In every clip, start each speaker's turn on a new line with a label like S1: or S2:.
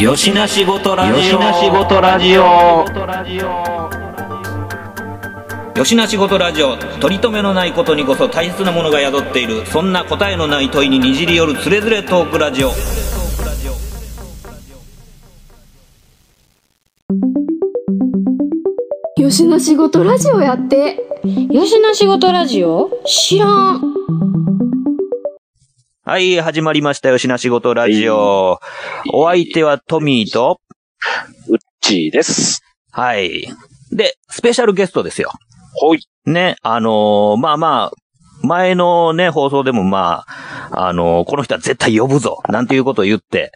S1: よしな仕事ラジオよしな仕事ラジオよしな仕事ラジオ取り留めのないことにこそ大切なものが宿っているそんな答えのない問いににじり寄るつれづれトークラジオ
S2: 吉の仕事ラジオやって
S3: 吉野仕事ラジオ知らん。
S1: はい始まりましたよしな仕事ラジオ、お相手はトミーと
S4: ちーです。
S1: はいでスペシャルゲストですよ
S4: ほい。
S1: ね、あのーまあまあ、前のね、放送でもまあ、あのーこの人は絶対呼ぶぞ、なんていうことを言って、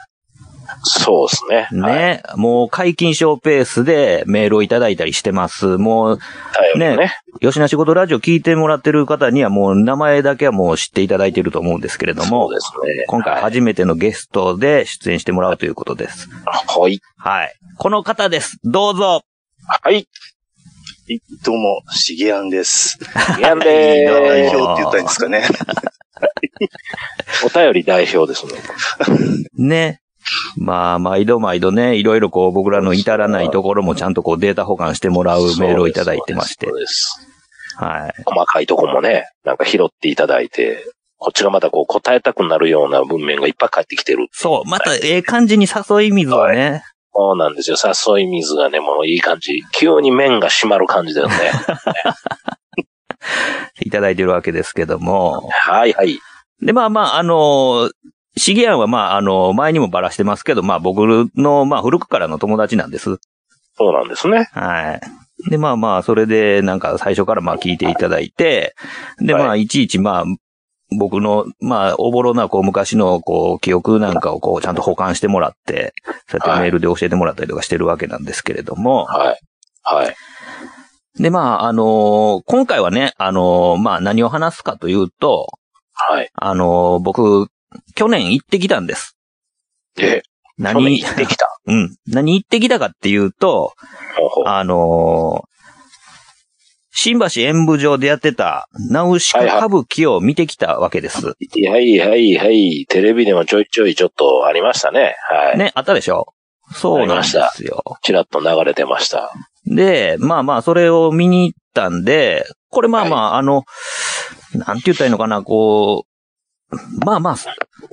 S4: そうですね。はい。
S1: ね、もう解禁賞ペースでメールをいただいたりしてます。もう、
S4: 頼りね。
S1: 吉な仕事ラジオ聞いてもらってる方にはもう名前だけはもう知っていただいていると思うんですけれど
S4: そ
S1: も
S4: う、ですね。
S1: 今回初めてのゲストで出演してもらうということです。
S4: ほい。
S1: はい。この方です。どうぞ。
S4: はい。
S5: はいどうも、しげやん です。
S4: や
S1: えー
S5: 代
S4: れー。
S5: 表って言ったらいいんですかね。
S4: お便り代表ですね。
S1: ね。まあ、毎度毎度ね、いろいろこう僕らの至らないところもちゃんとこうデータ保管してもらうメールをいただいてまして
S4: そ。うです。
S1: はい。
S4: 細かいとこもね、なんか拾っていただいて、こっちがまたこう答えたくなるような文面がいっぱい返ってきてる。
S1: そう、またええ感じに誘い水をね。
S4: そうなんですよ。誘い水がね、もういい感じ。急に面が締まる感じだ よね。
S1: いただいてるわけですけども。
S4: はいはい。
S1: で、まあまあ、あの、シゲアンはまあ、あの、前にもばらしてますけど、まあ僕の、まあ古くからの友達なんです。
S4: そうなんですね。
S1: はい。で、まあまあ、それでなんか最初からまあ聞いていただいて、で、
S4: はい
S1: まあいちいちまあ、僕の、まあ、おぼろな、こう、昔の、こう、記憶なんかを、こう、ちゃんと保管してもらって、そうやってメールで教えてもらったりとかしてるわけなんですけれども、
S4: はい。はい。
S1: で、まあ、あのー今回はね、あのーまあ、何を話すかというと、
S4: はい。
S1: あのー僕、去年行ってきたんです。
S4: で、去年
S1: 何
S4: 行、ってきた。
S1: うん。何行ってきたかっていうと、
S4: ほうほう
S1: あのー新橋演舞場でやってた、ナウシカ歌舞伎を見てきたわけです。
S4: はいはいはい。テレビでもちょいちょいちょっとありましたね。はい。
S1: ね、あったでしょそうなんですよ。
S4: ちらっと流れてました。
S1: で、まあまあ、それを見に行ったんで、これまあまあ、あの、なんて言ったらいいのかな、こう、まあまあ、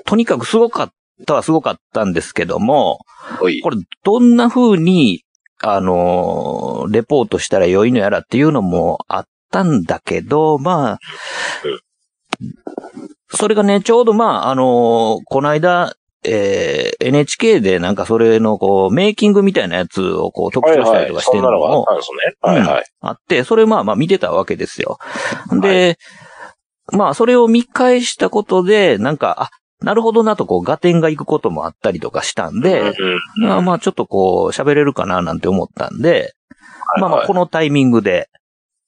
S1: とにかくすごかったはすごかったんですけども、
S4: おい。
S1: これどんな風に、あの、レポートしたら良いのやらっていうのもあったんだけど、まあ、それがね、ちょうどまあ、あの、この間、えー NHK でなんかそれのこう、メイキングみたいなやつをこう特
S4: はい
S1: 集した
S4: は
S1: りと
S4: い。
S1: かして
S4: そ
S1: る
S4: ん
S1: の
S4: なのがあ
S1: を
S4: ったんですね。はいはい。
S1: あって、それまあまあ見てたわけですよ。で、まあそれを見返したことで、なんか、あ、なるほどなとこう、合点が行くこともあったりとかしたんで、
S4: うん
S1: まあまあちょっとこう、喋れるかななんて思ったんで、
S4: い
S1: まあまあ
S4: はい
S1: このタイミングで、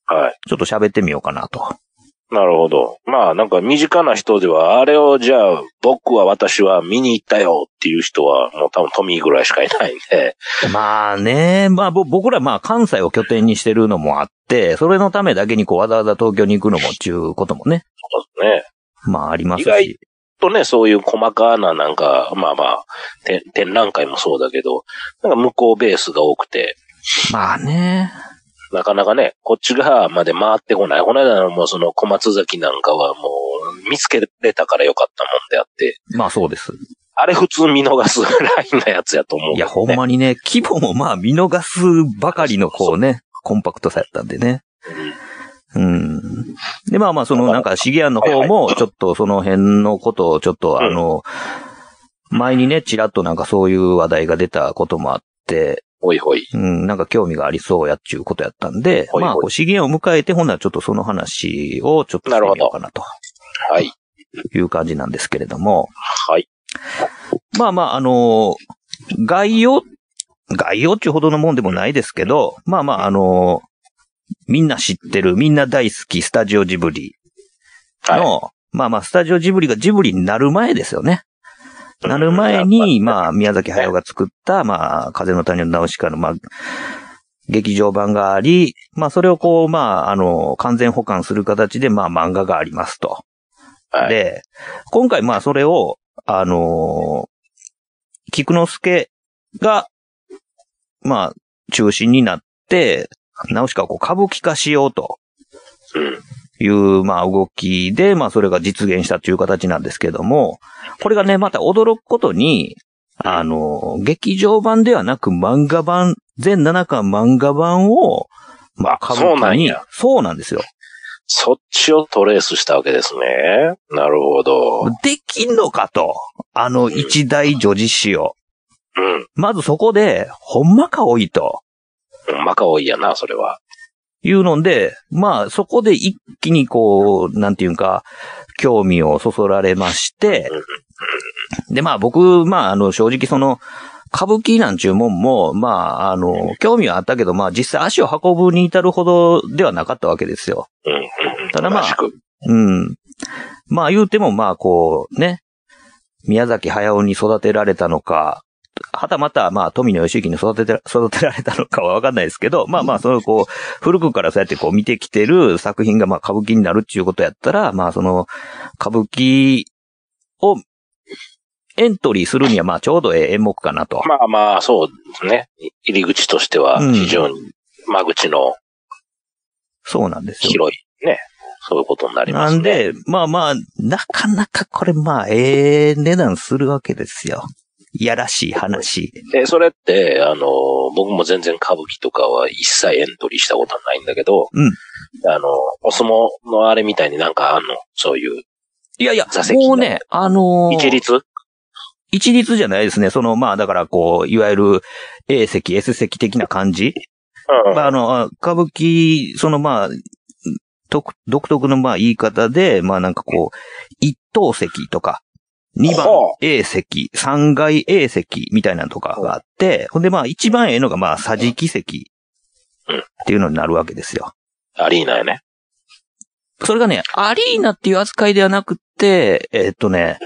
S4: はい。
S1: ちょっと喋ってみようかなと。
S4: なるほど。まあなんか身近な人では、あれをじゃあ、僕は私は見に行ったよっていう人は、もう多分トミーぐらいしかいないんで。
S1: まあね、まあぼ僕らまあ関西を拠点にしてるのもあって、それのためだけにこう、わざわざ東京に行くのもっていうこともね、
S4: そうですね。
S1: まああります
S4: 意外
S1: し。
S4: とね、そういう細かななんか、まあまあ、て展覧会もそうだけど、なんか向こうベースが多くて、
S1: まあね、
S4: なかなかね、こっち側まで回ってこない。この間のもうその小松崎なんかはもう見つけれたからよかったもんであって、
S1: まあそうです。
S4: あれ普通見逃すぐらいのやつやと思う、
S1: いや、ほんまにね、規模もまあ見逃すばかりのこうね、コンパクトさやったんでね。うん。で、まあまあ、そのなんか、シゲアンの方も、ちょっとその辺のことをちょっと
S4: うん
S1: あの、前にね、ちらっとなんかそういう話題が出たこともあって、
S4: ほいほい。
S1: うん、なんか興味がありそうやっちゅうことやったんで、
S4: ほいほい
S1: まあこう、シゲアンを迎えて、ほんならちょっとその話をちょっとしてみようかなと
S4: はい。
S1: いう感じなんですけれども。
S4: はい。
S1: まあまあ、あのー概要、概要っていうほどのもんでもないですけど、まあまあ、あのーみんな知ってる、みんな大好き、スタジオジブリ
S4: はい。
S1: の、まあまあ、スタジオジブリがジブリになる前ですよね。なる前に、まあ、宮崎駿が作った、まあ、風の谷のナウシカの、まあ、劇場版があり、まあ、それをこう、まあ、あの、完全保管する形で、まあ、漫画がありますと。
S4: はい
S1: で、今回、まあ、それを、あのー菊之助が、まあ、中心になって、ナウシカをこう歌舞伎化しようと
S4: うん。
S1: いう、まあ、動きで、まあ、それが実現したという形なんですけども、これがね、また驚くことに、あの、劇場版ではなく漫画版、全7巻漫画版を、まあ、歌舞伎に
S4: そうなんや
S1: そうなんですよ。
S4: そっちをトレースしたわけですね。なるほど。
S1: できんのかと。あの一大女子誌を。
S4: うん。
S1: まずそこで、ほんまか多いと。
S4: マカ多いやな、それは。
S1: いうので、まあそこで一気にこう、なんていうんか、興味をそそられまして、でまあ僕、まああの正直その、歌舞伎なんちゅうもんも、まああの、興味はあったけど、まあ実際足を運ぶに至るほどではなかったわけですよ。
S4: うんうんうん。
S1: ただまあ
S4: 同じく
S1: うん。まあ言うても、まあこう、ね。宮崎駿に育てられたのか、はたまた、まあ、富野義行に育てて、育てられたのかはわかんないですけど、まあまあ、その、こう、古くからそうやってこう見てきてる作品が、まあ、歌舞伎になるっていうことやったら、まあ、その、歌舞伎をエントリーするには、まあ、ちょうどええ演目かなと。
S4: まあまあ、そうですね。い入り口としては
S1: うん
S4: 非常に間口の
S1: そうなんですよ。
S4: 広いね。そういうことになりま
S1: な
S4: す
S1: ん
S4: ね。
S1: で、まあまあ、なかなかこれ、まあ、ええ値段するわけですよ。いやらしい話。
S4: で、それって、あの、僕も全然歌舞伎とかは一切エントリーしたことはないんだけど、
S1: うん
S4: あの、お相撲のあれみたいになんかあんのそういう、
S1: いやいや
S4: 座、席
S1: もうね、あのー
S4: 一。律
S1: 一律じゃないですね。その、まあ、だから、こう、いわゆる A 席、S 席的な感じ。
S4: うん
S1: まあ、あの、あ歌舞伎、その、まあ、独独特の、まあ、言い方で、まあ、なんかこう、一等席とか、二番
S4: ほう
S1: A 席、三階 A 席みたいなのとかがあって、ほんで、まあ、一番ええのが、まあ、桟敷席
S4: うん
S1: っていうのになるわけですよ。
S4: アリーナやね。
S1: それがね、アリーナっていう扱いではなくて、えーっとね、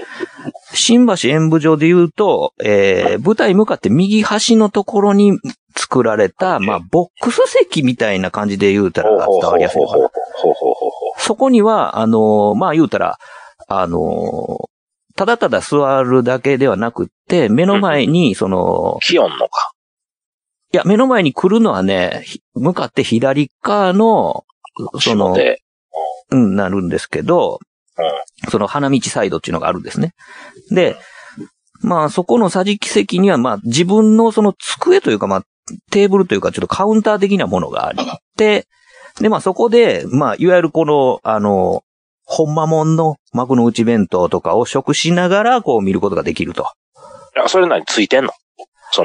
S1: 新橋演舞場で言うと、えー舞台向かって右端のところに作られた、まあ、ボックス席みたいな感じで言うたら伝わりやすいのかな。
S4: ほうほうほうほ
S1: そこには、あのーまあ言うたら、あのーただただ座るだけではなくって、目の前に、その
S4: う。、気温のか。
S1: いや、目の前に来るのはね、ひ向かって左側の、その、
S4: で、
S1: うん、なるんですけど、その花道サイドっていうのがあるんですね。で、まあそこの桟敷席にはまあ自分のその机というかまあテーブルというかちょっとカウンター的なものがあって、でまあそこで、まあいわゆるこの、あの、ほんまもんの幕の内弁当とかを食しながらこう見ることができると。
S4: あそれ何ついてんのそ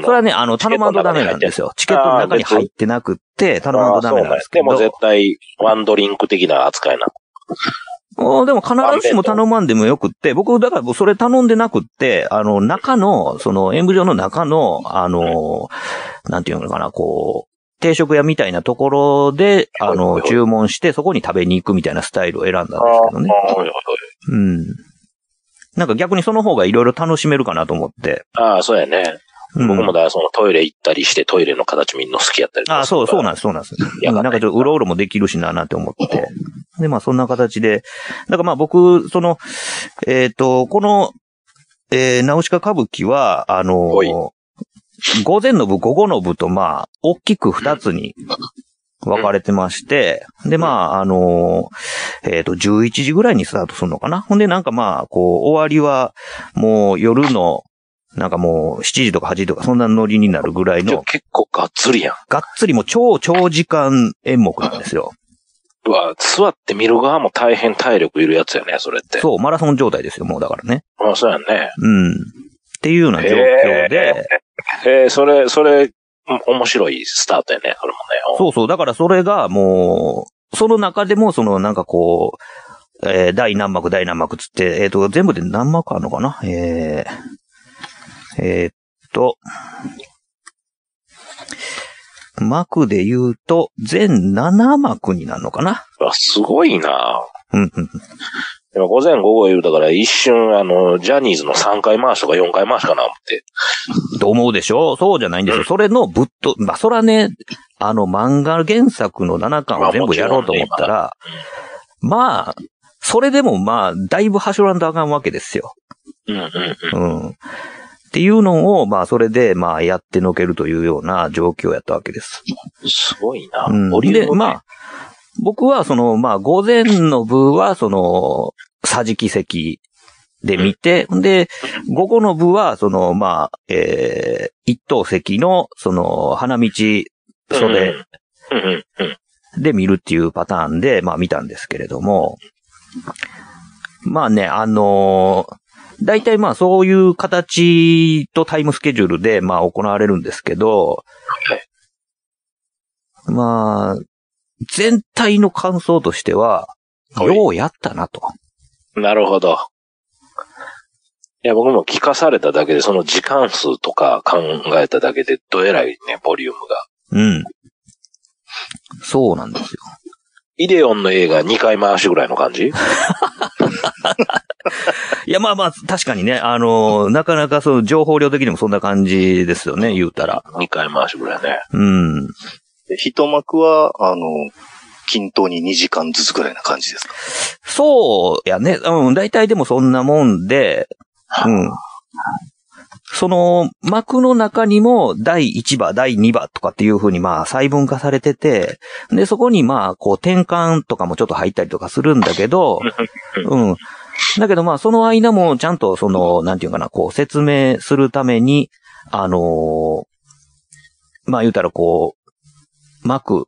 S1: それはね、あの、頼まんとダメなんですよ。チケットの中に入ってなくって、頼まんとダメなんですけど。
S4: ああそうなんやでも絶対、ワンドリンク的な扱いな。
S1: おーでも必ずしも頼まんでもよくって、僕、だからそれ頼んでなくって、あの、中の、その、演舞場の中の、あの、なんていうのかな、こう、定食屋みたいなところで、あ
S4: はいはいは
S1: の、
S4: い
S1: 注文して、そこに食べに行くみたいなスタイルを選んだんですけどね。
S4: あおいおいおい
S1: うん。なんか逆にその方がいろいろ楽しめるかなと思って。
S4: ああ、そうやね。
S1: うん
S4: 僕もだ、そのトイレ行ったりして、トイレの形みんな好きやったりとか
S1: ああ、そう、そう
S4: な
S1: なんです、そうなんです。
S4: いや
S1: うんなんかちょっとうろうろもできるしな、なんて思って。で、まあそんな形で。だからまあ僕、その、えっ、と、この、えー、ナウシカ歌舞伎は、あの
S4: はい
S1: 午前の部、午後の部と、まあ、大きく二つに分かれてまして、で、まあ、あのえっ、と、11時ぐらいにスタートするのかな。ほんで、なんかまあ、こう、終わりは、もう夜の、なんかもう、7時とか8時とか、そんなノリになるぐらい
S4: じゃあ
S1: の、
S4: 結構がっつりやん。
S1: がっつりもう超長時間演目なんですよ。
S4: うわ、座って見る側も大変体力いるやつやね、それって。
S1: そう、マラソン状態ですよ、もうだからね。
S4: あそうやんね。
S1: うん。っていうような状況で、
S4: えー、それ、それ、うん面白いスタートやね、それもね。
S1: そうそう、だからそれがもう、その中でも、そのなんかこう、えー第何幕、第何幕つって、えっ、と、全部で何幕あるのかなえー、えーっと、幕で言うと、全7幕になるのかな
S4: うわすごいな
S1: うん、うん。
S4: 今、午前午後言うだから、一瞬、あの、ジャニーズの3回回しとか4回回しかな、思って。
S1: と思うでしょそうじゃないんですよ。それのぶっと、まあ、そらね、あの漫画原作の7巻を全部やろうと思ったら、まあ、それでもまあ、だいぶ走らんとあかんわけですよ。
S4: うんうんうん。
S1: うん。っていうのを、まあ、それで、まあ、やってのけるというような状況やったわけです。
S4: すごいな。
S1: うん、
S4: ボリュームね
S1: で、まあ、僕は、その、まあ、午前の部は、その、桟敷席で見て、で、午後の部は、その、まあ、えー、一等席の、その、花道袖
S4: うんうんうん。
S1: で見るっていうパターンで、まあ見たんですけれども、まあね、あのー大体まあそういう形とタイムスケジュールでまあ行われるんですけど、まあ、全体の感想としては、
S5: はい
S1: ようやったなと。
S4: うん。なるほど。いや、僕も聞かされただけで、その時間数とか考えただけで、どえらいね、ボリュームが。
S1: うん。そうなんですよ。
S4: イデオンの映画2回回しぐらいの感じ
S1: いやまあまあ、確かにね、あのーなかなかその情報量的にもそんな感じですよね、言うたら。
S4: ?2 回回しぐらいね。
S1: うん。
S5: で一幕は、あの、均等に2時間ずつぐらいな感じですか。
S1: そうやね。うん、大体でもそんなもんで、うん。その幕の中にも第1話、第2話とかっていう風にまあ細分化されてて、で、そこにまあこう転換とかもちょっと入ったりとかするんだけど、うん。だけどまあその間もちゃんとその、なんていうかな、こう説明するために、あのーまあ言うたらこう、幕、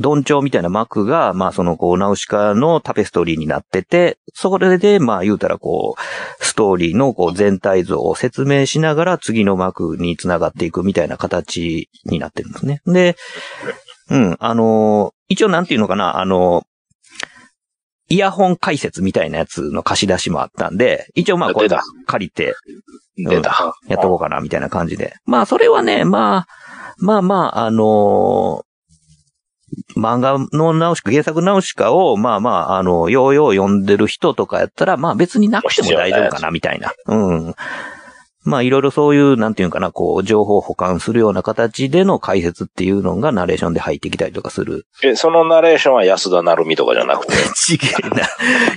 S1: 鈍調みたいな幕が、まあそのこう、ナウシカのタペストリーになってて、それでまあ言うたらこう、ストーリーのこう全体像を説明しながら次の幕に繋がっていくみたいな形になってるんですね。で、うん、あのー一応なんていうのかな、あのーイヤホン解説みたいなやつの貸し出しもあったんで、一応まあこれ
S4: 出た
S1: 借りて、
S4: 出た。
S1: やっとこうかな、みたいな感じで。まあ、それはね、まあ、まあまあ、あのー漫画の直しか、原作直しかを、まあまあ、あの、ようよう読んでる人とかやったら、まあ別になくても大丈夫かな、みたいな。うん。まあ、いろいろそういう、なんていうんかな、こう、情報を保管するような形での解説っていうのがナレーションで入ってきたりとかする。
S4: え、そのナレーションは安田成美とかじゃなくて。
S1: ちげえな。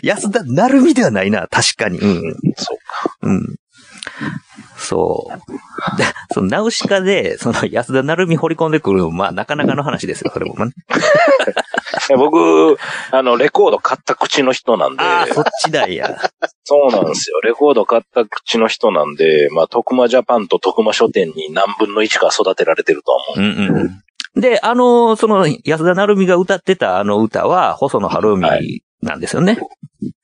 S1: 安田なるみではないな、確かに。うん。
S4: そう
S1: うん。そう。 で、その、ナウシカで、その、安田成美掘り込んでくるのも、まあ、なかなかの話ですよ、それもね。
S4: え僕、あの、レコード買った口の人なんで、
S1: ああ、そっちだいや。
S4: そうなんですよ。レコード買った口の人なんで、まあ、徳間ジャパンと徳間書店に何分の1か育てられてるとは
S1: う
S4: 思う。
S1: んうん。で、あの、その、安田成美が歌ってたあの歌は、細野晴臣なんですよね。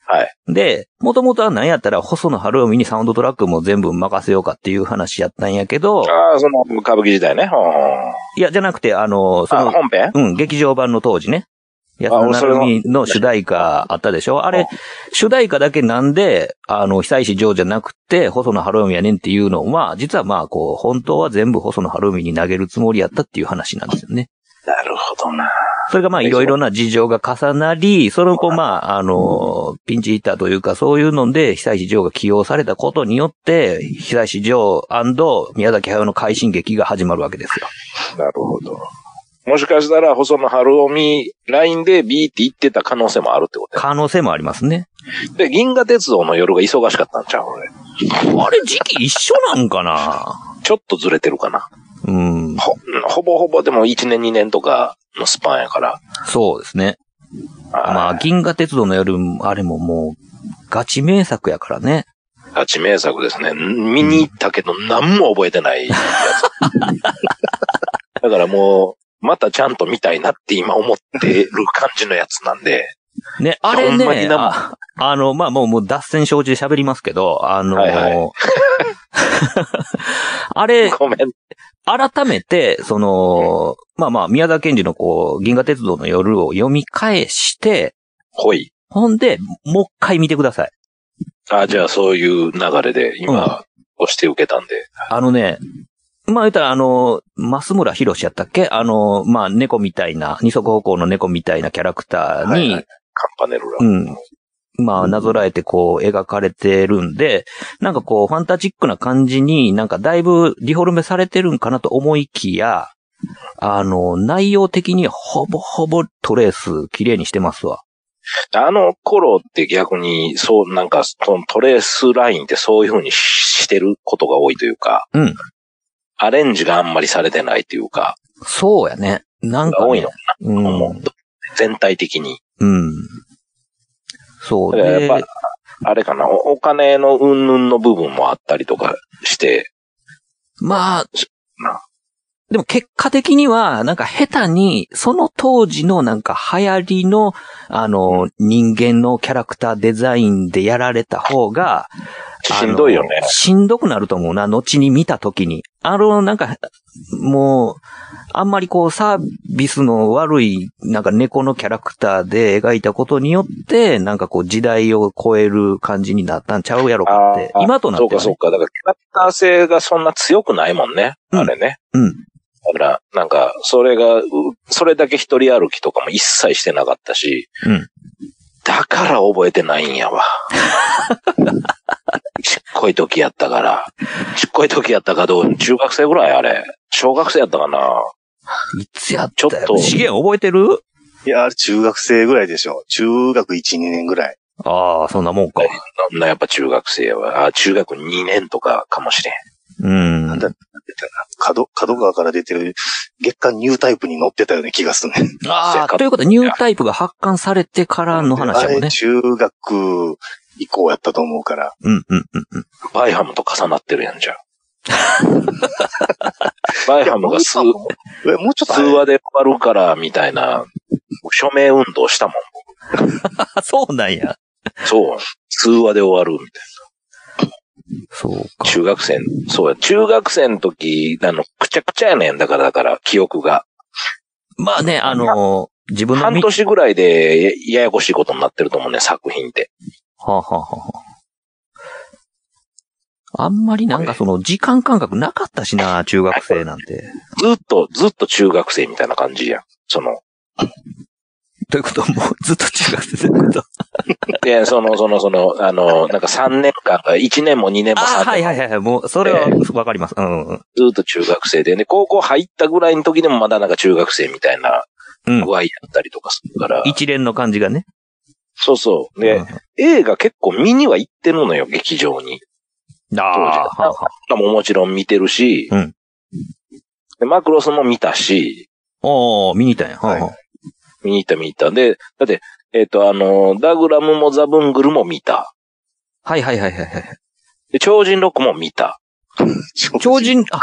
S4: はい。
S1: で、もともとは何やったら、細野晴臣にサウンドトラックも全部任せようかっていう話やったんやけど、
S4: ああ、その、歌舞伎時代ね。うん
S1: いや、じゃなくて、あの、そ
S4: あ、
S1: の、
S4: 本編
S1: うん、劇場版の当時ね。安田成美の主題歌あったでしょあれ、主題歌だけなんで、あの、久石城じゃなくて、細野晴臣やねんっていうのは、実はまあ、こう、本当は全部細野晴臣に投げるつもりやったっていう話なんですよね。
S4: なるほどな。
S1: それがまあ、いろいろな事情が重なり、その子まあ、あの、ピンチヒッターというか、そういうので、久石城が起用されたことによって、久石城宮崎駿の快進撃が始まるわけですよ。
S4: なるほど。もしかしたら、細野晴臣ラインで B って言ってた可能性もあるってこと
S1: 可能性もありますね。
S4: やで、銀河鉄道の夜が忙しかったんちゃう俺。
S1: あれ、時期一緒なんかな
S4: ちょっとずれてるかな。
S1: うん。
S4: ほ、ほぼほぼでも1年2年とかのスパンやから。
S1: そうですね。まあ、銀河鉄道の夜、あれももう、ガチ名作やからね。
S4: あ、知名作ですね。見に行ったけど何も覚えてないやつ。だからもう、またちゃんと見たいなって今思ってる感じのやつなんで。
S1: ね、あ
S4: ほ
S1: れ
S4: んまに
S1: ね、あ
S4: な
S1: あの、まあもう、もう脱線承知で喋りますけど、あの、
S4: はいは
S1: あれ、
S4: ごめん。
S1: 改めて、その、まあまあ、宮沢賢治のこう、銀河鉄道の夜を読み返して、
S4: ほい。
S1: ほんで、もう一回見てください。
S4: あ、じゃあそういう流れで今、押して受けたんで。
S1: あのね、まあ言ったら、あの、増村博士やったっけあの、まあ猫みたいな、二足歩行の猫みたいなキャラクター
S4: はい
S1: に、
S4: はいカンパネルラ。
S1: うん。まあ、なぞらえてこう、描かれてるんで、なんかこう、ファンタジックな感じになんかだいぶリフォルメされてるんかなと思いきや、あの、内容的にほぼほぼトレース綺麗にしてますわ。
S4: あの頃って逆に、そう、なんか、そのトレースラインってそういうふうにししてることが多いというか、
S1: うん
S4: アレンジがあんまりされてないというか、
S1: そうやね。なんか、ね、
S4: 多いのか
S1: う、
S4: なんもう全体的に。
S1: うん。そう
S4: だから
S1: で、
S4: やっぱ、あれかな、おお金の云々の部分もあったりとかして、
S1: まあ
S4: な、
S1: でも結果的には、なんか下手に、その当時のなんか流行りの、あの、人間のキャラクターデザインでやられた方が、
S4: しんどいよね
S1: あの。しんどくなると思うな、後に見た時に。あの、なんか、もう、あんまりこうサービスの悪い、なんか猫のキャラクターで描いたことによって、なんかこう時代を超える感じになったんちゃうやろかって、
S4: あー
S1: 今となっ
S4: そ
S1: て
S4: う
S1: はね、
S4: かそうか。だから、キャラクター性がそんな強くないもんね。
S1: うん
S4: あれね。
S1: うん。
S4: だから、なんか、それが、うそれだけ一人歩きとかも一切してなかったし、
S1: うん
S4: だから覚えてないんや わ。ちっこい時やったから。ちっこい時やったかどう中学生ぐらいあれ。小学生やったかない
S1: つやった
S4: ちょっ
S1: よ。
S4: と
S1: 資源覚えてる
S5: いや、中学生ぐらいでしょ。中学1、2年ぐらい。
S1: ああ、そんなもんか。
S4: なんだやっぱ中学生は、あ中学2年とかかもしれん。
S1: うん。
S5: だ角、角川から出てる月刊ニュータイプに載ってたような気がするね。
S1: ああ、ということはニュータイプが発刊されてからの話
S5: あ
S1: やもん
S5: れ
S1: ね。
S5: 中学以降やったと思うから。
S1: うんうんうんうん。
S4: バイハムと重なってるや んじゃん。バイハムが数、
S5: え、もうちょっ
S4: 通
S5: と早い
S4: 話で終わるから、みたいな、署名運動したもん。
S1: あ、そうなんや。
S4: そう。通話で終わる、みたいな。
S1: そうか。
S4: 中学生、そうや、中学生の時、あの、くちゃくちゃやねん、だから、だから、記憶が。
S1: まあね、あのー自分の
S4: 半
S1: み
S4: 年ぐらいでや、ややこしいことになってると思うね、作品って。
S1: はあ、はあはあはあ、あんまりなんかその時間感覚なかったし な、中学生なんて。
S4: ずっと、ずっと中学生みたいな感じやん。その、
S1: ということはもうずっと中学 生だこと。
S4: いや、その、その、その、あの、なんか3年間が、1年も2年も
S1: あ
S4: 3
S1: あ、はい
S4: 年も
S1: はいはいはい。もう、それはわかります。うんうん。
S4: ずっと中学生で、で、高校入ったぐらいの時でもまだなんか中学生みたいな
S1: うん
S4: 具合やったりとかするから。
S1: 一連の感じがね。
S4: そうそう。
S1: う
S4: で、
S1: ん
S4: 映画結構見には行ってるのよ、劇場に。
S1: ああ、はあはあ
S4: ももちろん見てるし、
S1: うん
S4: でマクロスも見たし、
S1: おー、見に行ったんや。はあはあ
S4: 見に行った見に行った。で、だって、えっ、と、あの、ダグラムもザブングルも見た。
S1: はいはいはいはいはい。
S4: で、超人ロックも見た。
S1: 超人、あ、っ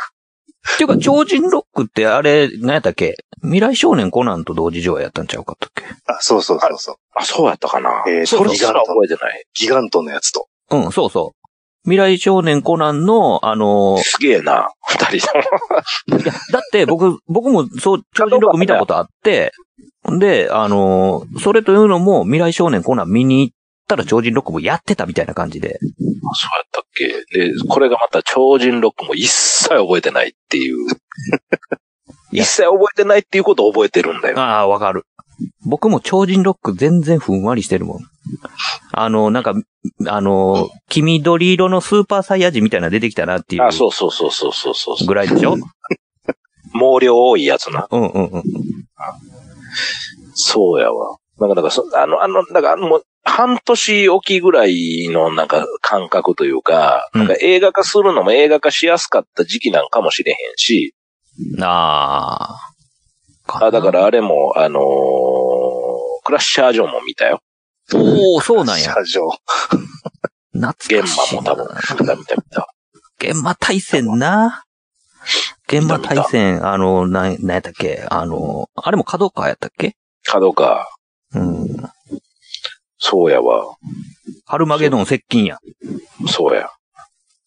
S1: ていうか超人ロックってあれ、何やったっけ未来少年コナンと同時上映やったんちゃうかったっけ
S5: あ、そうそうそうそう。
S4: あ、そうやったかな。
S5: えー
S4: そ
S5: ト
S4: れ
S5: リ
S4: す
S5: ガー
S4: ら
S5: と
S4: 覚えてない。
S5: ギガントのやつと。
S1: うん、そうそう。未来少年コナンの、あのー
S4: すげえな、二人と も。
S1: いや、だって僕、僕もそう、超人ロック見たことあって、で、あのーそれというのも未来少年コナン見に行ったら超人ロックもやってたみたいな感じで。
S4: そうやったっけ。で、これがまた超人ロックも一切覚えてないっていう。
S1: いや
S4: 一切覚えてないっていうことを覚えてるんだよ。
S1: ああ、わかる。僕も超人ロック全然ふんわりしてるもん。あの、なんか、あのー、黄緑色のスーパーサイヤ人みたいなの出てきたなっていう
S4: あ、そうそうそうそうそうそうそう。
S1: ぐらいでしょ
S4: 毛量多いやつな。
S1: うんうんうん。
S4: そうやわ。なんか、だからそ、あの、あの、だから、もう、半年おきぐらいの、なんか、感覚というか、
S1: うん
S4: なんか映画化するのも映画化しやすかった時期なんかもしれへんし、
S1: ああ。。
S4: あ、だかららあれも、あのークラッシャージョンも見たよ。
S1: おおそうなんや。
S5: 車上。
S1: 懐
S4: ゲン
S1: かしい
S4: マ
S1: な。
S4: も多分、見た見た見た。
S1: 現場対戦な。現場対戦、あの、な、なんやったっけあの、あれも角川やったっけ
S4: 角か。
S1: うん。
S4: そうやわ。
S1: ハルマゲドン接近や。
S4: そうや。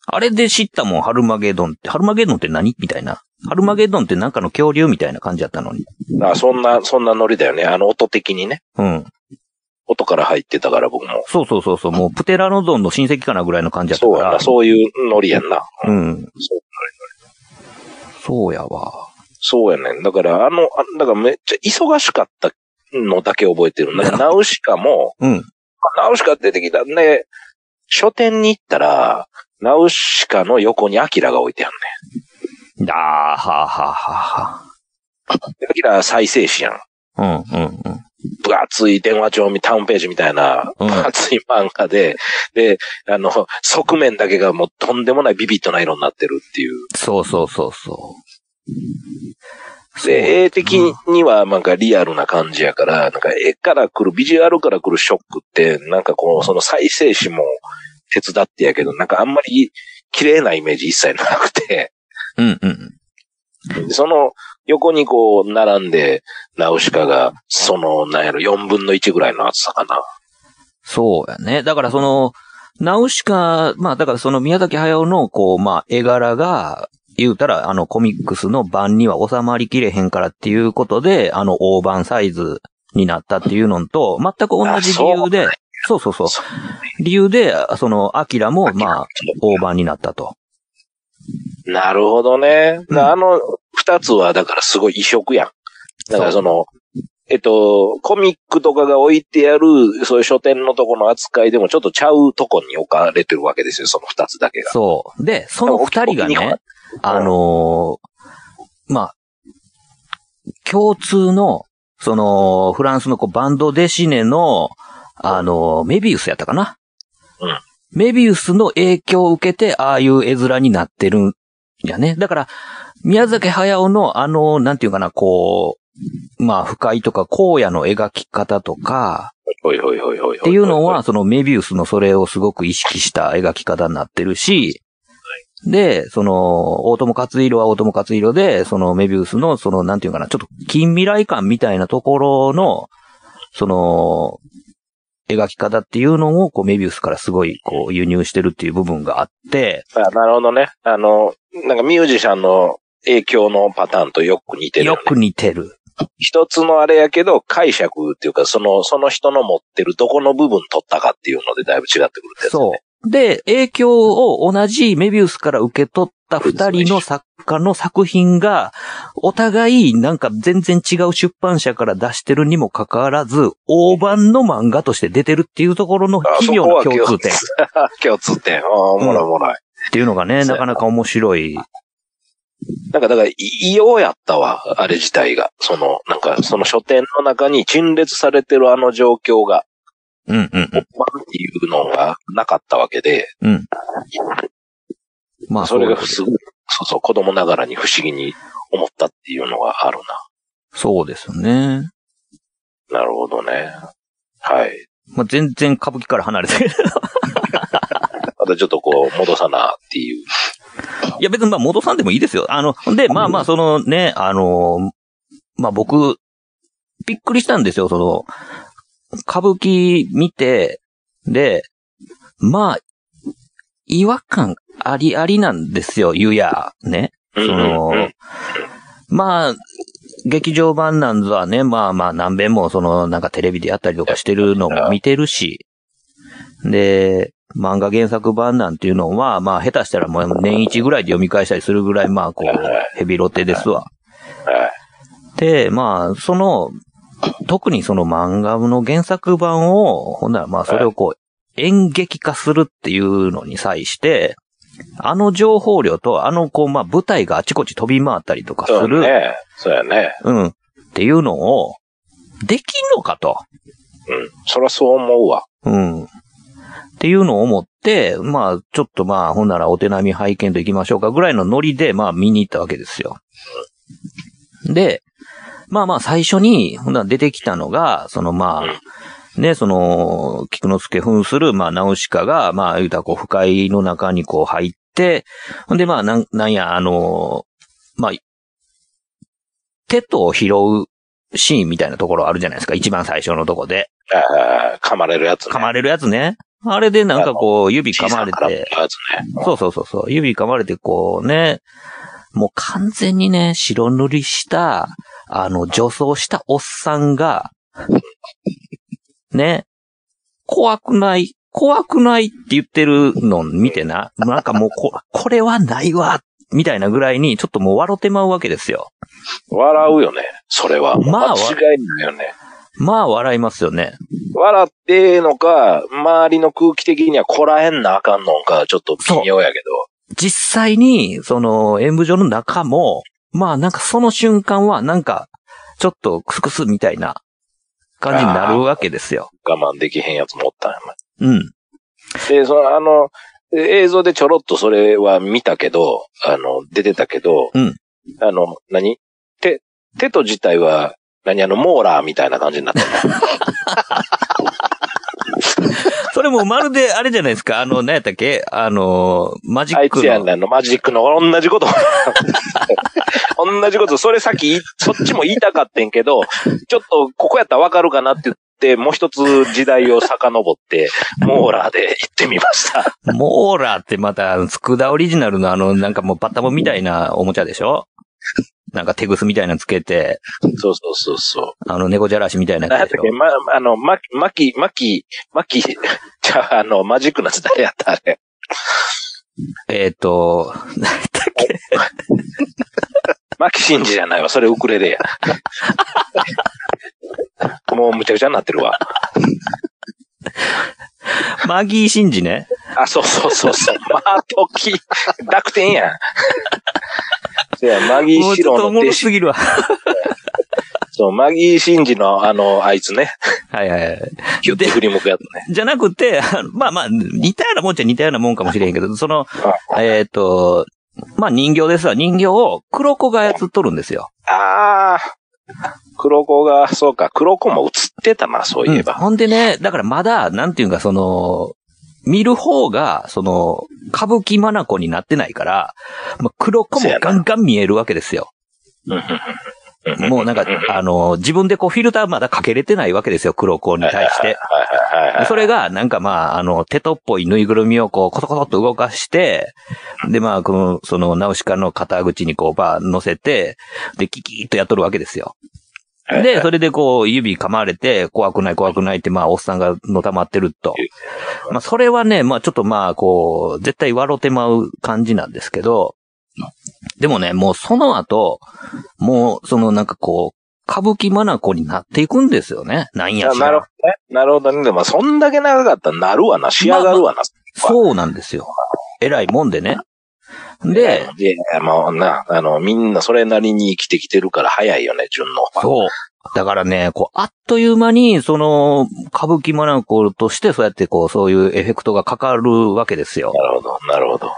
S1: あれで知ったもん、ハルマゲドンって。ハルマゲドンって何みたいな。ハルマゲドンってなんかの恐竜みたいな感じやったのに。
S4: あ、そんな、そんなノリだよね。あの、音的にね。
S1: うん。
S4: 音から入ってたから僕も。
S1: そうそうそうそう。もうプテラノドンの親戚かなぐらいの感じやった
S4: そう
S1: か
S4: や
S1: ら。
S4: な。そういうノリやんな。
S1: うん。
S4: そう
S1: そうやわ。
S4: そうやねん。だから、あの、あだからめっちゃ忙しかったのだけ覚えてる。なんかナウシカも、
S1: うん。
S4: ナウシカ出てきたんで、書店に行ったら、ナウシカの横にアキラが置いてあるね
S1: だー、はあはあはあは
S4: んで。アキラは再生紙やん。
S1: あ。うん、うん、うん。
S4: 分厚い電話帳み、タウンページみたいな、
S1: うん
S4: 分厚い漫画で、で、あの、側面だけがもうとんでもないビビッドな色になってるっていう。
S1: そうそうそうそう。そう
S4: で、絵的にはなんかリアルな感じやから、なんか絵から来る、ビジュアルから来るショックって、なんかこう、その再生紙も手伝ってやけど、なんかあんまり綺麗なイメージ一切なくて、
S1: うんうん。
S4: その横にこう、並んで、ナウシカが、その、なんやろ、4分の1ぐらいの厚さかな。
S1: そうやね。だからその、ナウシカ、まあだからその宮崎駿のこう、まあ絵柄が、言うたらあのコミックスの版には収まりきれへんからっていうことで、あの大版サイズになったっていうのと、全く同じ理由で、そうそうそう
S4: そ。
S1: 理由で、その、アキラも、まあ、
S4: お
S1: 大盤になったと。
S4: なるほどね。だからあの二つはだからすごい異色やん。だからその、えっと、コミックとかが置いてある、そういう書店のとこの扱いでもちょっとちゃうとこに置かれてるわけですよ、その二つだけが。
S1: そう。で、その二人が
S4: お気に入り
S1: ね、あのーまあ、共通の、その、フランスのこうバンドデシネの、あのーメビウスやったかな。
S4: うん
S1: メビウスの影響を受けて、ああいう絵面になってるんやね。だから、宮崎駿のあの、なんていうかな、こう、まあ、不快とか荒野の描き方とか、
S4: ほいほいほいほいほい。
S1: っていうのは、そのメビウスのそれをすごく意識した描き方になってるし、で、その、大友克洋は大友克洋で、そのメビウスの、その、なんていうかな、ちょっと近未来感みたいなところの、その、描き方っていうのを、こう、メビウスからすごい、こう、輸入してるっていう部分があって、
S4: あ。なるほどね。あの、なんかミュージシャンの影響のパターンとよく似てるよ
S1: よ
S4: ね。
S1: く似てる。
S4: 一つのあれやけど、解釈っていうか、その、その人の持ってるどこの部分取ったかっていうのでだいぶ違ってくるってやつね
S1: そう。で、影響を同じメビウスから受け取った二人の作家の作品が、お互いなんか全然違う出版社から出してるにもかかわらず、大判の漫画として出てるっていうところの
S4: あそ
S1: 企業
S4: こ
S1: の
S4: は
S1: 共通点っ
S4: あ 共通点。ああ、おもろいおもろい。
S1: ていうのがね、
S4: そ
S1: な
S4: う
S1: かなか面白い。
S4: なんか、だから、い異様やったわ、あれ自体が。その、なんか、その書店の中に陳列されてるあの状況が、
S1: うんうんうん。
S4: まあっていうのがなかったわけで、
S1: まあ、
S4: それが
S1: そうです
S4: すごい、そうそう、子供ながらに不思議に思ったっていうのがある
S1: そうですよね。
S4: な。なるほどね。はい。
S1: まあ、全然歌舞伎から離れてる。
S4: またちょっとこう、戻さなっていう。
S1: いや別にまあ戻さんでもいいですよ。あの、で、まあまあそのね、あの、まあ僕、びっくりしたんですよ、その、歌舞伎見て、で、まあ、違和感ありありなんですよ、ゆや、ね。
S4: う
S1: そ
S4: ん
S1: の、
S4: うんうん
S1: まあ、劇場版なんぞはね、まあまあ何遍もその、なんかテレビでやったりとかしてるのも見てるし、で、漫画原作版なんていうのは、まあ下手したらもう年一ぐらいで読み返したりするぐらい、まあこう、ヘビロテですわ。
S4: はい。
S1: で、まあ、その、特にその漫画の原作版を、ほんならまあそれをこう、演劇化するっていうのに際して、あの情報量と、あのこう、まあ舞台があちこち飛び回ったりとかす
S4: そう
S1: る、
S4: ね。そうやね。
S1: うん。っていうのを、できんのかと。
S4: うん。そらそう思うわ。
S1: うん。っていうのを思って、まあ、ちょっとまあ、ほんならお手並み拝見と行きましょうかぐらいのノリで、まあ、見に行ったわけですよ。で、まあまあ、最初に、ほんなら出てきたのが、そのまあ、ね、その、菊之助扮する、まあ、ナウシカが、まあ、言うたらこう、不快の中にこう入って、ほんでまあ、なん、なんや、あの、まあ、手と拾うシーンみたいなところあるじゃないですか、一番最初のとこで。
S4: ああ噛まれるやつ、ね。
S1: 噛まれるやつね。あれでなんかこう、指噛まれ
S4: 小さな絡
S1: て、
S4: むやつね。
S1: そうそうそうそう、指噛まれてこうね、もう完全にね、白塗りした、あの、女装したおっさんが、ね、怖くない、怖くないって言ってるの見てな、なんかもうこ、これはないわ、みたいなぐらいに、ちょっともう笑ってまうわけですよ。
S4: 笑うよね。それは。
S1: まあ
S4: 間違いないよね。
S1: まあ、笑いますよね。
S4: 笑ってええのか、周りの空気的にはこらえんなあかんのか、ちょっと微妙やけ
S1: 実際に、その、演舞場の中も、まあなんかその瞬間は、なんか、ちょっとクスクスみたいな感じになるわけですよ。
S4: 我慢できへんやつもおったんやな
S1: うん。
S4: で、その、あの、え映像でちょろっとそれは見たけど、あの、出てたけど、
S1: うん
S4: あの、何手、手と自体は、何あの、モーラーみたいな感じになってる。
S1: それもまるであれじゃないですか。あの、何やったっけあの、マジ
S4: あ
S1: ッ
S4: い
S1: ク
S4: つやん
S1: の。
S4: なの、マジックの同じこと。 同じこと、それさっき言い、そっちも言いたかってんけど、ちょっと、ここやったらわかるかなって言って、もう一つ時代を遡って、モーラーで行ってみました。
S1: モーラーってまた、スクダオリジナルのあの、なんかもうバッタモンみたいなおもちゃでしょなんか手ぐすみたいなのつけて、
S4: そうそうそうそう。
S1: あの、猫じゃらしみたいな
S4: 何や
S1: や
S4: っ
S1: つで
S4: たっ
S1: し
S4: け
S1: ょ
S4: ま、あの、ま、まき、まき、まき、じゃあ、あの、マジックのやつ誰やったあれ。
S1: えっ、と、何やったっけ
S4: マキシンジじゃないわ。それウクレレ や。もうむちゃくちゃになってるわ。
S1: マギー・シンジね。
S4: あ、そうそうそ うそう。マートキ、濁点やん。せや、マギ
S1: も
S4: ー
S1: う
S4: シ
S1: ちょっ
S4: ロ
S1: とお
S4: ーの
S1: も
S4: 弟
S1: ろ
S4: 子。
S1: すぎるわ。
S4: そう、マギーシンジのあの、あいつね。
S1: はいはいはい。
S4: キュッて振り向くやつね。
S1: じゃなくて、 あのまあまあ、似たようなもんちゃ似たようなもんかもしれへんけど、その、えっ、と、まあ人形ですわ。人形を黒子が操っとるんですよ。
S4: あー。黒子が、そうか、黒子も映ってたな、そういえ
S1: うん
S4: ば。
S1: ほんでね、だからまだ、なんていうか、その、見る方が、その、歌舞伎まなこになってないから、まあ、黒子もガンガン見えるわけですよ。
S4: うん
S1: もうなんか、あの、自分でこうフィルターまだかけれてないわけですよ、黒子に対して。
S4: はいはいはいはい。
S1: それが、なんかまあ、あの、テトっぽいぬいぐるみをこう、コトコトっと動かして、でまあ、この、その、ナウシカの肩口にこう、バー乗せて、で、キキーっとやっとるわけですよ。
S4: はい
S1: で、それでこう、指噛まれて、怖くない怖くないって、まあ、おっさんがのたまってると。まあ、それはね、まあ、ちょっとまあ、こう、絶対笑ってまう感じなんですけど、でもね、もうその後、もう、そのなんかこう、歌舞伎まなこになっていくんですよね。なんや
S4: あ
S1: し
S4: なるほ
S1: ら。
S4: どね。なるほどね。でも、そんだけ長かったらなるわな。仕上がるわな。
S1: そうなんですよ。えらいもんでね。で、
S4: いやいや、もうな、あの、みんなそれなりに生きてきてるから早いよね、順の。
S1: そう。だからね、こう、あっという間に、その、歌舞伎マナコとして、そうやってこう、そういうエフェクトがかかるわけですよ。
S4: なるほど、なるほど。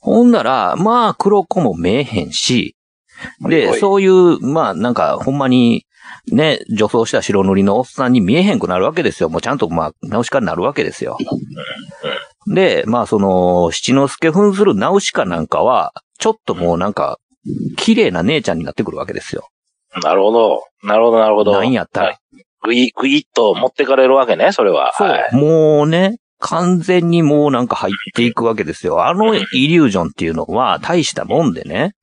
S1: ほんなら、まあ、黒子も見えへんし、
S4: おいお
S1: で、
S4: い
S1: そういう、まあ、なんか、ほんまに、ね、女装した白塗りのおっさんに見えへんくなるわけですよ。もうちゃんと、まあ、ナウシカになるわけですよ。で、まあ、その、七之助扮するナウシカなんかは、ちょっともうなんか、綺麗な姉ちゃんになってくるわけですよ。
S4: なるほど、なるほど、なるほど。
S1: なんやったら。
S4: ぐい、ぐいっと持ってかれるわけね、それは。はい。
S1: そう。もうね、完全にもうなんか入っていくわけですよ。あのイリュージョンっていうのは大したもんでね。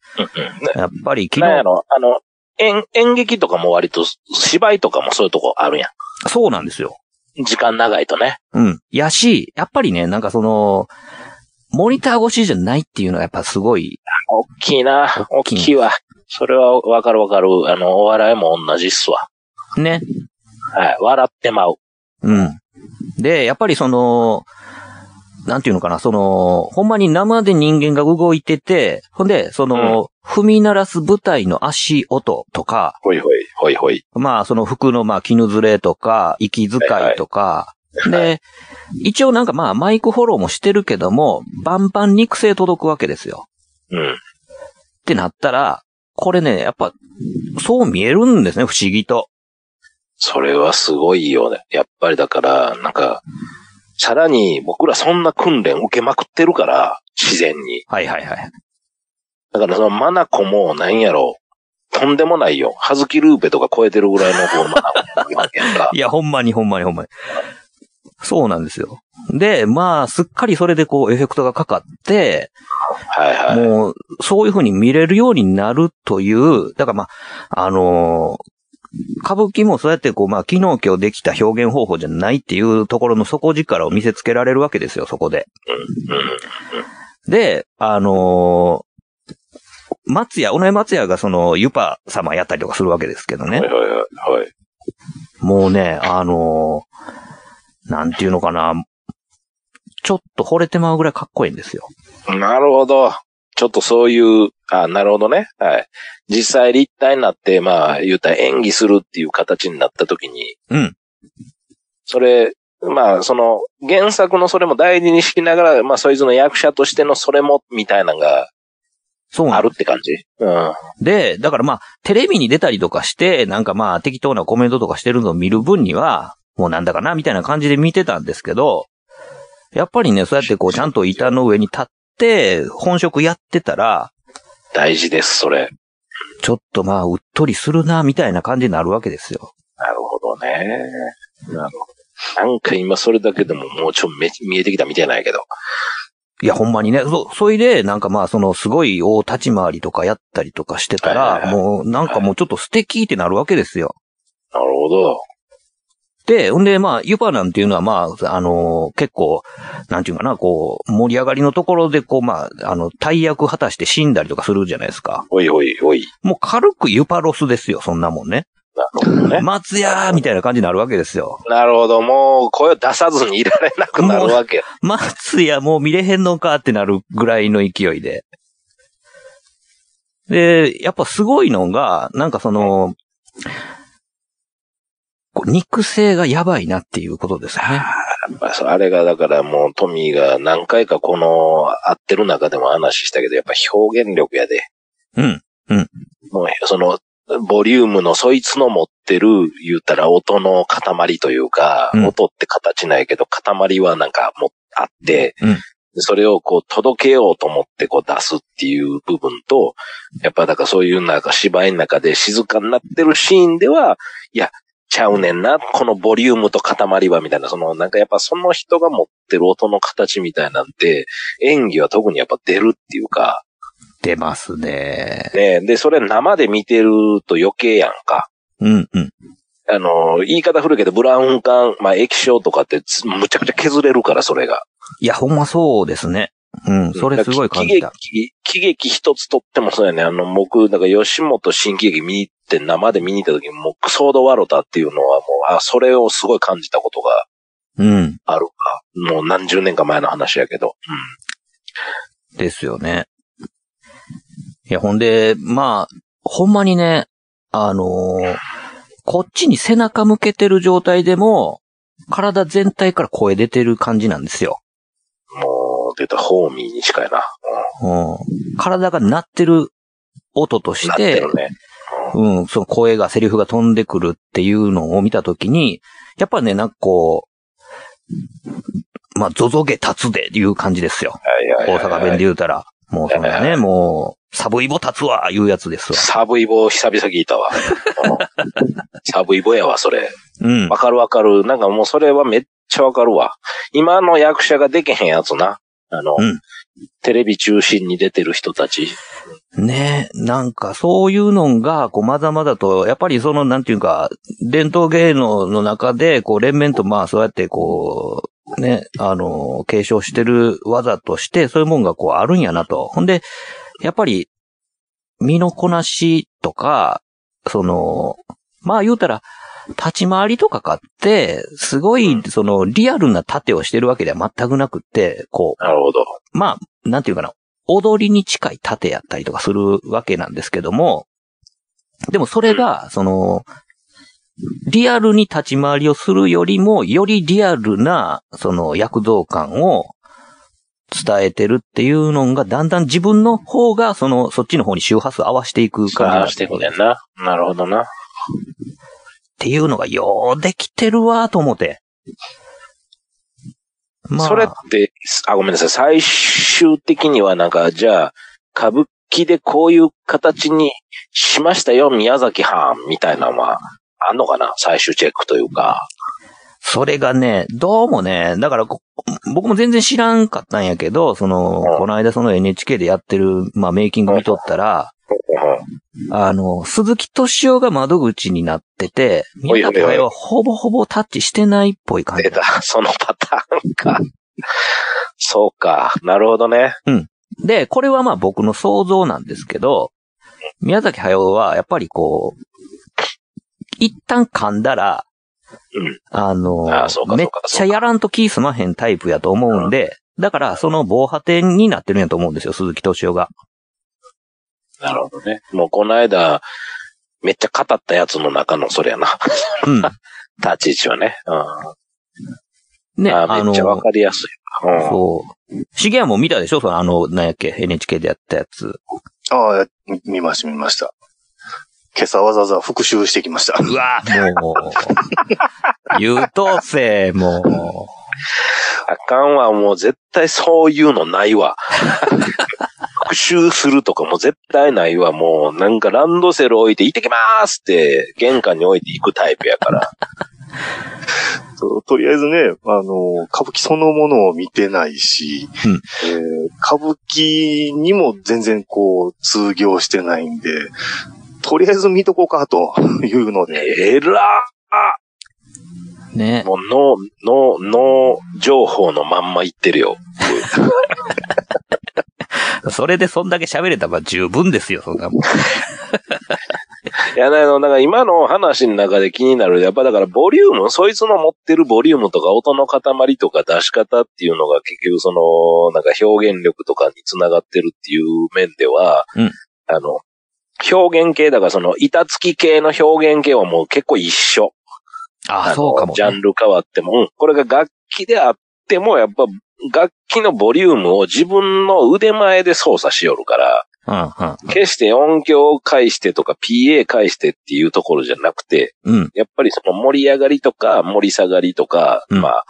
S1: やっぱり昨
S4: なんや
S1: 日、
S4: ろ、あの、演、演劇とかも割と、芝居とかもそういうとこあるや
S1: そうなんですよ。
S4: ん。時間長いとね。
S1: うん。やし、やっぱりね、なんかその、モニター越しじゃないっていうのはやっぱすごい、
S4: 大きいな、
S1: お
S4: 大
S1: っきい
S4: きいわ。それはわかるわかる。あの、お笑いも同じっすわ。
S1: ね。
S4: はい。笑ってまう。
S1: うん。で、やっぱりその、なんていうのかな、その、ほんまに生で人間が動いてて、ほんで、その、踏み鳴らす舞台の足音とか、
S4: ほいほい、ほいほい。
S1: まあ、その服の、まあ、絹ずれとか、息遣いとか、で、一応なんかまあ、マイクフォローもしてるけども、バンバン肉声届くわけですよ。
S4: うん。
S1: ってなったら、これね、やっぱ、そう見えるんですね、不思議と。
S4: それはすごいよね。やっぱりだから、なんか、さらに僕らそんな訓練受けまくってるから、自然に。
S1: はいはいはい。
S4: だからそのマナコもなんやろう。とんでもないよ。ハズキルーペとか超えてるぐらいのこうマナコなわけや んか
S1: いや、ほんまにほんまにほんまに。そうなんですよ。で、まあ、すっかりそれでこう、エフェクトがかかって、
S4: はいはい。
S1: もう、そういう風に見れるようになるという、だからまあ、あのー歌舞伎もそうやってこう、まあ、昨日今日できた表現方法じゃないっていうところの底力を見せつけられるわけですよ、そこで。
S4: うん。
S1: で、あのー松屋、尾上松屋がその、ユパ様やったりとかするわけですけどね
S4: はい。はいはいはい。
S1: もうね、あのーなんていうのかな、ちょっと惚れてまうぐらいかっこいいんですよ。
S4: なるほど。ちょっとそういう、あ、なるほどね。はい。実際立体になって、まあ、言うたら演技するっていう形になった時に、
S1: うん。
S4: それ、まあ、その、原作のそれも大事にしながら、まあ、そいつの役者としてのそれも、みたいなのが
S1: そうな
S4: あ
S1: ん
S4: るって感じ。うん。
S1: で、だからまあ、テレビに出たりとかして、なんかまあ、適当なコメントとかしてるのを見る分には、もうなんだかな、みたいな感じで見てたんですけど、やっぱりね、そうやってこう、ちゃんと板の上に立って、本職やってたら、
S4: 大事です、それ。
S1: ちょっとまあ、うっとりするな、みたいな感じになるわけですよ。
S4: なるほどね。なるほど。なんか今それだけでももうちょめ見えてきたみたいなんやけど。
S1: いや、ほんまにね。そ、そいで、なんかまあ、その、すごい大立ち回りとかやったりとかしてた
S4: はいはい
S1: ら、
S4: はい
S1: もう、なんかもうちょっと素敵ってなるわけですよ。
S4: なるほど。
S1: で、ほんで、まあ、ユパなんていうのは、まあ、あの結構、なんていうかな、こう、盛り上がりのところで、こう、まあ、あの、大役果たして死んだりとかするじゃないですか。
S4: おいおいおい。
S1: もう軽くユパロスですよ、そんなもんね。
S4: なるほどね。
S1: 松屋みたいな感じになるわけですよ。
S4: なるほど。もう声を出さずにいられなくなるわけや。
S1: 松屋もう見れへんのかってなるぐらいの勢いで。で、やっぱすごいのが、なんかその、こう肉声がやばいなっていうことですね。
S4: やっぱそうあれがだからもうトミーが何回かこの合ってる中でも話したけど、やっぱ表現力やで。
S1: うん。
S4: もうその、ボリュームのそいつの持ってる、言ったら音の塊というか、
S1: うん
S4: 音って形ないけど、塊はなんかもうあって、
S1: うん
S4: それをこう届けようと思ってこう出すっていう部分と、やっぱだからそういうなんか芝居の中で静かになってるシーンでは、いや、ちゃうねんな、このボリュームと塊はみたいな、そのなんかやっぱその人が持ってる音の形みたいなんで、演技は特にやっぱ出るっていうか、
S1: 出ますね。
S4: ねで、それ生で見てると余計やんか。
S1: うん、うん。
S4: あの、言い方古いけど、ブラウン管、まあ、液晶とかってつ、むちゃくちゃ削れるから、それが。
S1: いや、ほんまそうですね。うん、それすごい感じた。
S4: 喜劇、喜劇一つとってもそうやね。あの、僕、だから吉本新喜劇見に行って、生で見に行った時に、もう、クソードワロタっていうのはもう、あ、それをすごい感じたことが
S1: うん、
S4: あるか。もう何十年か前の話やけど。
S1: ですよね。いや、ほんで、まあ、ほんまにね、あのーこっちに背中向けてる状態でも、体全体から声出てる感じなんですよ。
S4: うん。もう、出た、ホーミーに近いな。
S1: うん、体が鳴ってる音と
S4: うん、
S1: し、
S4: なっててるね。
S1: うん、その声が、セリフが飛んでくるっていうのを見たときに、やっぱね、なんかこう、まあ、ゾゾゲ立つでいう感じですよ。
S4: はいはい
S1: 大
S4: はいはい
S1: 阪弁で言うたら。もうそんな
S4: はいは
S1: ね、もう、サブイボ立つわ、いうやつですわ。
S4: サブイボ久々聞 いたわ。うんサブイボやわ、それ。
S1: うん
S4: わ。かるわかる。なんかもうそれはめっちゃわかるわ。今の役者ができへんやつな。あの、
S1: うん
S4: テレビ中心に出てる人たち。
S1: ねなんかそういうのが、こう、まだまだと、やっぱりその、なんていうか、伝統芸能の中で、こう、連綿と、まあ、そうやって、こう、ね、あの、継承してる技として、そういうもんが、こう、あるんやなと。ほんで、やっぱり、身のこなしとか、その、まあ言うたら、立ち回りとかかって、すごい、その、リアルな盾をしてるわけでは全くなくって、こう、
S4: なるほど。
S1: まあ、なんていうかな、踊りに近い盾やったりとかするわけなんですけども、でもそれが、その、リアルに立ち回りをするよりも、よりリアルな、その、躍動感を伝えてるっていうのが、だんだん自分の方が、その、そっちの方に周波数合わしていく感じにな
S4: 話
S1: っ
S4: して
S1: て
S4: く
S1: く
S4: ね
S1: る
S4: んな。なるほどな。
S1: っていうのが、ようできてるわ、と思って。まあ、
S4: それって、あ、ごめんなさい。最終的にはなんか、じゃあ、歌舞伎でこういう形にしましたよ、宮崎藩みたいなのは、あんのかな最終チェックというか。
S1: それがね、どうもね、だからこ僕も全然知らんかったんやけど、その、
S4: うん
S1: この間その NHK でやってる、まあメイキング見とったら、あの、鈴木敏夫が窓口になってて、
S4: お
S1: 宮
S4: いおいおい
S1: 崎駿はほぼほぼタッチしてないっぽい感じ
S4: 出。た。そのパターンか。そうか。なるほどね。
S1: で、これはまあ僕の想像なんですけど、宮崎駿はやっぱりこう、一旦噛んだら、
S4: うん
S1: あの
S4: あーそうか
S1: め
S4: そ
S1: っ
S4: うか
S1: ちゃやらんと気済まへんタイプやと思うんで、だからその防波堤になってるんやと思うんですよ、鈴木敏夫が。
S4: なるほどね。もうこの間、めっちゃ語ったやつの中のそれやな。
S1: うん。
S4: 立ち位置はね。う
S1: ね、
S4: ん。あ
S1: あ
S4: ーめっ
S1: の、
S4: ちゃわ
S1: そ
S4: かりやすい。うん。
S1: う。シゲアも見たでしょその、あの、なんやっけ、NHK でやったやつ。
S5: ああ、み見ました、見ました。今朝わざわざ復習してきました。
S1: うわもう、優等生、も
S4: あかんわ、もう絶対そういうのないわ。 復習するとかも絶対ないわ、もう。なんかランドセル置いて行ってきまーすって、玄関に置いて行くタイプやから。
S5: ととりあえずね、あの、歌舞伎そのものを見てないし、
S1: うん
S5: えー歌舞伎にも全然こう、通業してないんで、とりあえず見とこうかというので、
S4: えら
S1: う。ね
S4: ー。もう脳、脳、脳情報のまんま言ってるよ。
S1: それでそんだけ喋れたら十分ですよ、そんなもん。
S4: いや、だけど、だから今の話の中で気になる、やっぱだからボリューム、そいつの持ってるボリュームとか音の塊とか出し方っていうのが結局その、なんか表現力とかにつながってるっていう面では、
S1: うん
S4: あの、表現系だからその板付き系の表現系はもう結構一緒。
S1: あ
S4: の
S1: そうかも、
S4: ジャ
S1: ね
S4: ン。ル変わっても、うんこれが楽器であっても、やっぱ楽器のボリュームを自分の腕前で操作しよるから、
S1: うん、
S4: 決して音響を介してとか PA 介してっていうところじゃなくて、
S1: うん。うん。
S4: やっぱりその盛り上がりとか盛り下がりとか、
S1: うん
S4: まあ、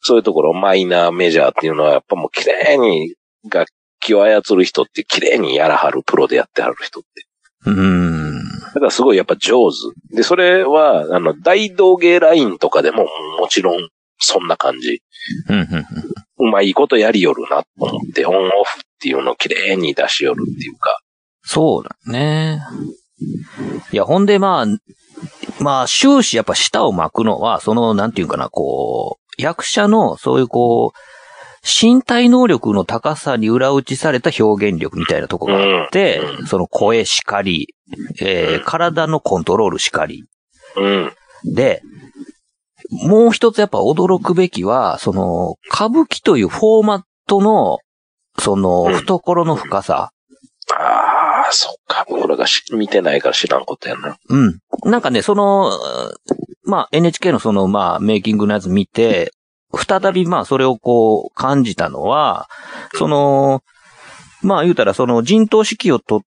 S4: そういうところ、マイナーメジャーっていうのはやっぱもう綺麗に楽器を操る人って綺麗にやらはる、プロでやってはる人って。
S1: うーん。
S4: だからすごいやっぱ上手。で、それは、あの、大道芸ラインとかでももちろんそんな感じ。
S1: うん、うん。
S4: うまいことやりよるなと思って、オンオフっていうのを綺麗に出しよるっていうか、
S1: そうだね。いや、ほんで、まあ、まあ、終始やっぱ舌を巻くのは、その、なんていうかな、こう、役者の、そういうこう、身体能力の高さに裏打ちされた表現力みたいなとこがあって、
S4: う
S1: その声しかり、えー
S4: うん
S1: 体のコントロールしかり。
S4: うん。
S1: で、もう一つやっぱ驚くべきは、その、歌舞伎というフォーマットの、その、
S4: うん
S1: 懐の深さ。
S4: ああ、そっか。僕らがし見てないから知らんことやな。
S1: うん。なんかね、その、まあ、NHK のその、まあ、メイキングのやつ見て、再び、まあ、それをこう、感じたのは、その、まあ、言うたら、その、陣頭指揮を取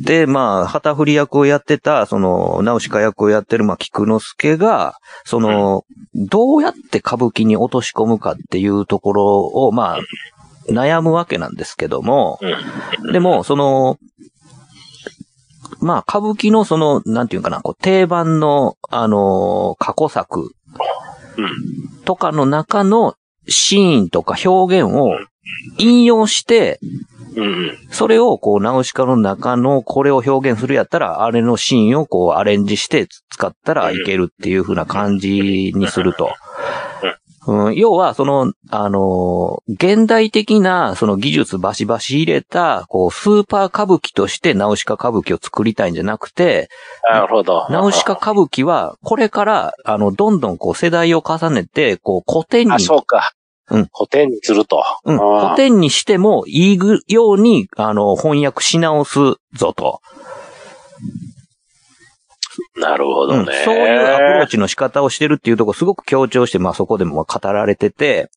S1: って、まあ、旗振り役をやってた、その、直しか役をやってる、まあ、菊之助が、その、どうやって歌舞伎に落とし込むかっていうところを、まあ、悩むわけなんですけども、でも、その、まあ、歌舞伎のその、なんていうかな、こう、定番の、あのー過去作
S4: うん。
S1: とかの中のシーンとか表現を引用して、
S4: うん。
S1: それをこう、ナウシカの中のこれを表現するやったら、あれのシーンをこう、アレンジして使ったらいけるっていう風な感じにすると。うん、要は、その、あのー現代的な、その技術バシバシ入れた、こう、スーパー歌舞伎としてナウシカ歌舞伎を作りたいんじゃなくて、
S4: なるほど。
S1: ナウシカ歌舞伎は、これから、あの、どんどんこう、世代を重ねて、こう、古典に
S4: あ、そうか。
S1: うん
S4: 古典にすると。
S1: うん、
S4: あ
S1: 古
S4: あ
S1: 典にしてもいいぐように、あの、翻訳し直すぞと。
S4: なるほ
S1: う
S4: ど
S1: ん、そう
S4: ね。
S1: いうアプローチの仕方をしてるっていうところすごく強調して、まあそこでも語られてて、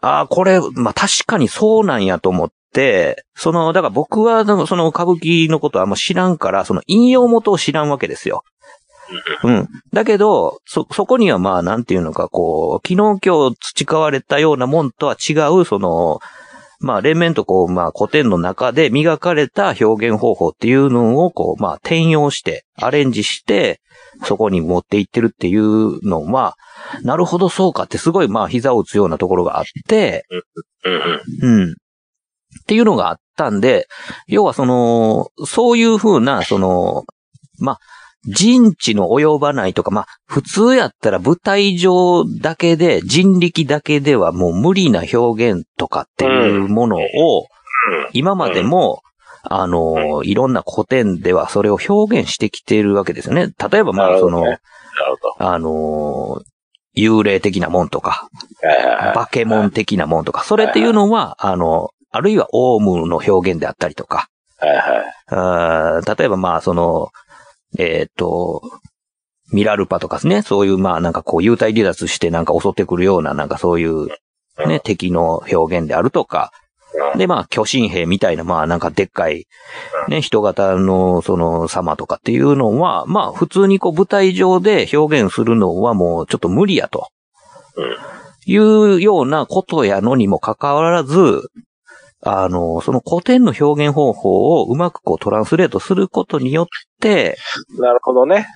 S1: ああ、これ、まあ確かにそうなんやと思って、その、だから僕は、あのその歌舞伎のことはあんま知らんから、その引用元を知らんわけですよ。うん。だけど、そ、そこにはまあ、なんていうのか、こう、昨日今日培われたようなもんとは違う、その、まあ、連綿とこう、まあ、古典の中で磨かれた表現方法っていうのを、こう、まあ、転用して、アレンジして、そこに持っていってるっていうのは、なるほどそうかってすごい、まあ、膝を打つようなところがあって、
S4: うんうん。
S1: うん。っていうのがあったんで、要はその、そういうふうな、その、まあ、人知の及ばないとか、まあ、普通やったら舞台上だけで、人力だけではもう無理な表現とかっていうものを、今までも、あの、いろんな古典ではそれを表現してきているわけですよね。例えば、ま
S4: な
S1: あ、
S4: る
S1: そ
S4: ほど
S1: の
S4: ね、なるほど。
S1: あの、幽霊的なもんとか、
S4: はいはいはい
S1: 化け物的なもんとか、それっていうのは、あの、あるいはオウムの表現であったりとか、
S4: はいはい。
S1: あー例えばまあ、その、えっ、と、ミラルパとかですね、そういう、まあなんかこう、幽体離脱してなんか襲ってくるような、なんかそういう、ね、敵の表現であるとか、で、まあ、巨神兵みたいな、まあ、なんかでっかい、ね、人型の、その、様とかっていうのは、まあ、普通にこう、舞台上で表現するのはもう、ちょっと無理やと。
S4: うん
S1: いうようなことやのにもかかわらず、あの、その古典の表現方法をうまくこう、トランスレートすることによって、
S4: なるほどね。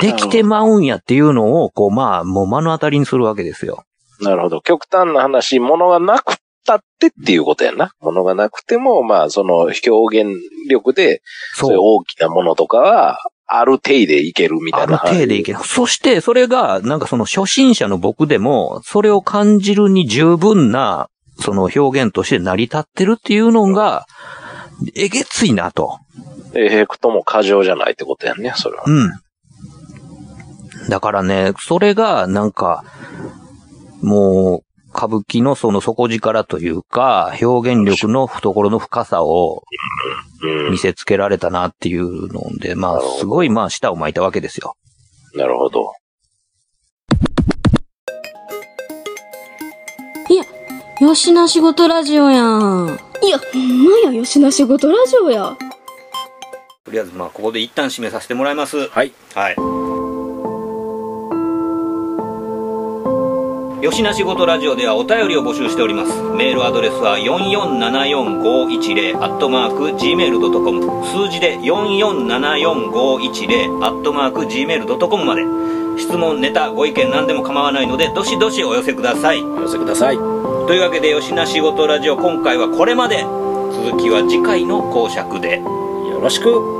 S1: できてまうんやっていうのを、こう、まあ、もう目の当たりにするわけですよ。
S4: なるほど。極端な話、物がなくたってっていうことやな。物がなくても、まあ、その表現力で、そう
S1: そ
S4: いう
S1: う。
S4: 大きなものとかは、ある程でいけるみた
S1: あ
S4: い
S1: る
S4: な。
S1: 程度いける。そして、それが、なんかその初心者の僕でも、それを感じるに十分な、その表現として成り立ってるっていうのが、えげついなと。
S4: エフェクトも過剰じゃないってことやんね、それは。
S1: うん。だからね、それが、なんか、もう、歌舞伎のその底力というか、表現力の懐の深さを
S4: うん
S1: 見。せつけられたなっていうので、まあ、すごい、まあ、舌を巻いたわけですよ。
S4: なるほど。
S3: 吉野仕事ラジオやん。
S2: いや、ほんまや、吉野仕事ラジオや。
S1: とりあえず、まあ、ここで一旦締めさせてもらいます。
S4: はい。
S1: はい。吉な仕事ラジオではお便りを募集しております。メールアドレスは4474510アットマーク gmail.com 数字で4474510アットマーク gmail.com まで質問、ネタ、ご意見何でも構わないのでどしどしお寄せください。
S4: お寄せください。
S1: というわけで吉な仕事ラジオ今回はこれまで続きは次回の講釈で。
S4: よろしく。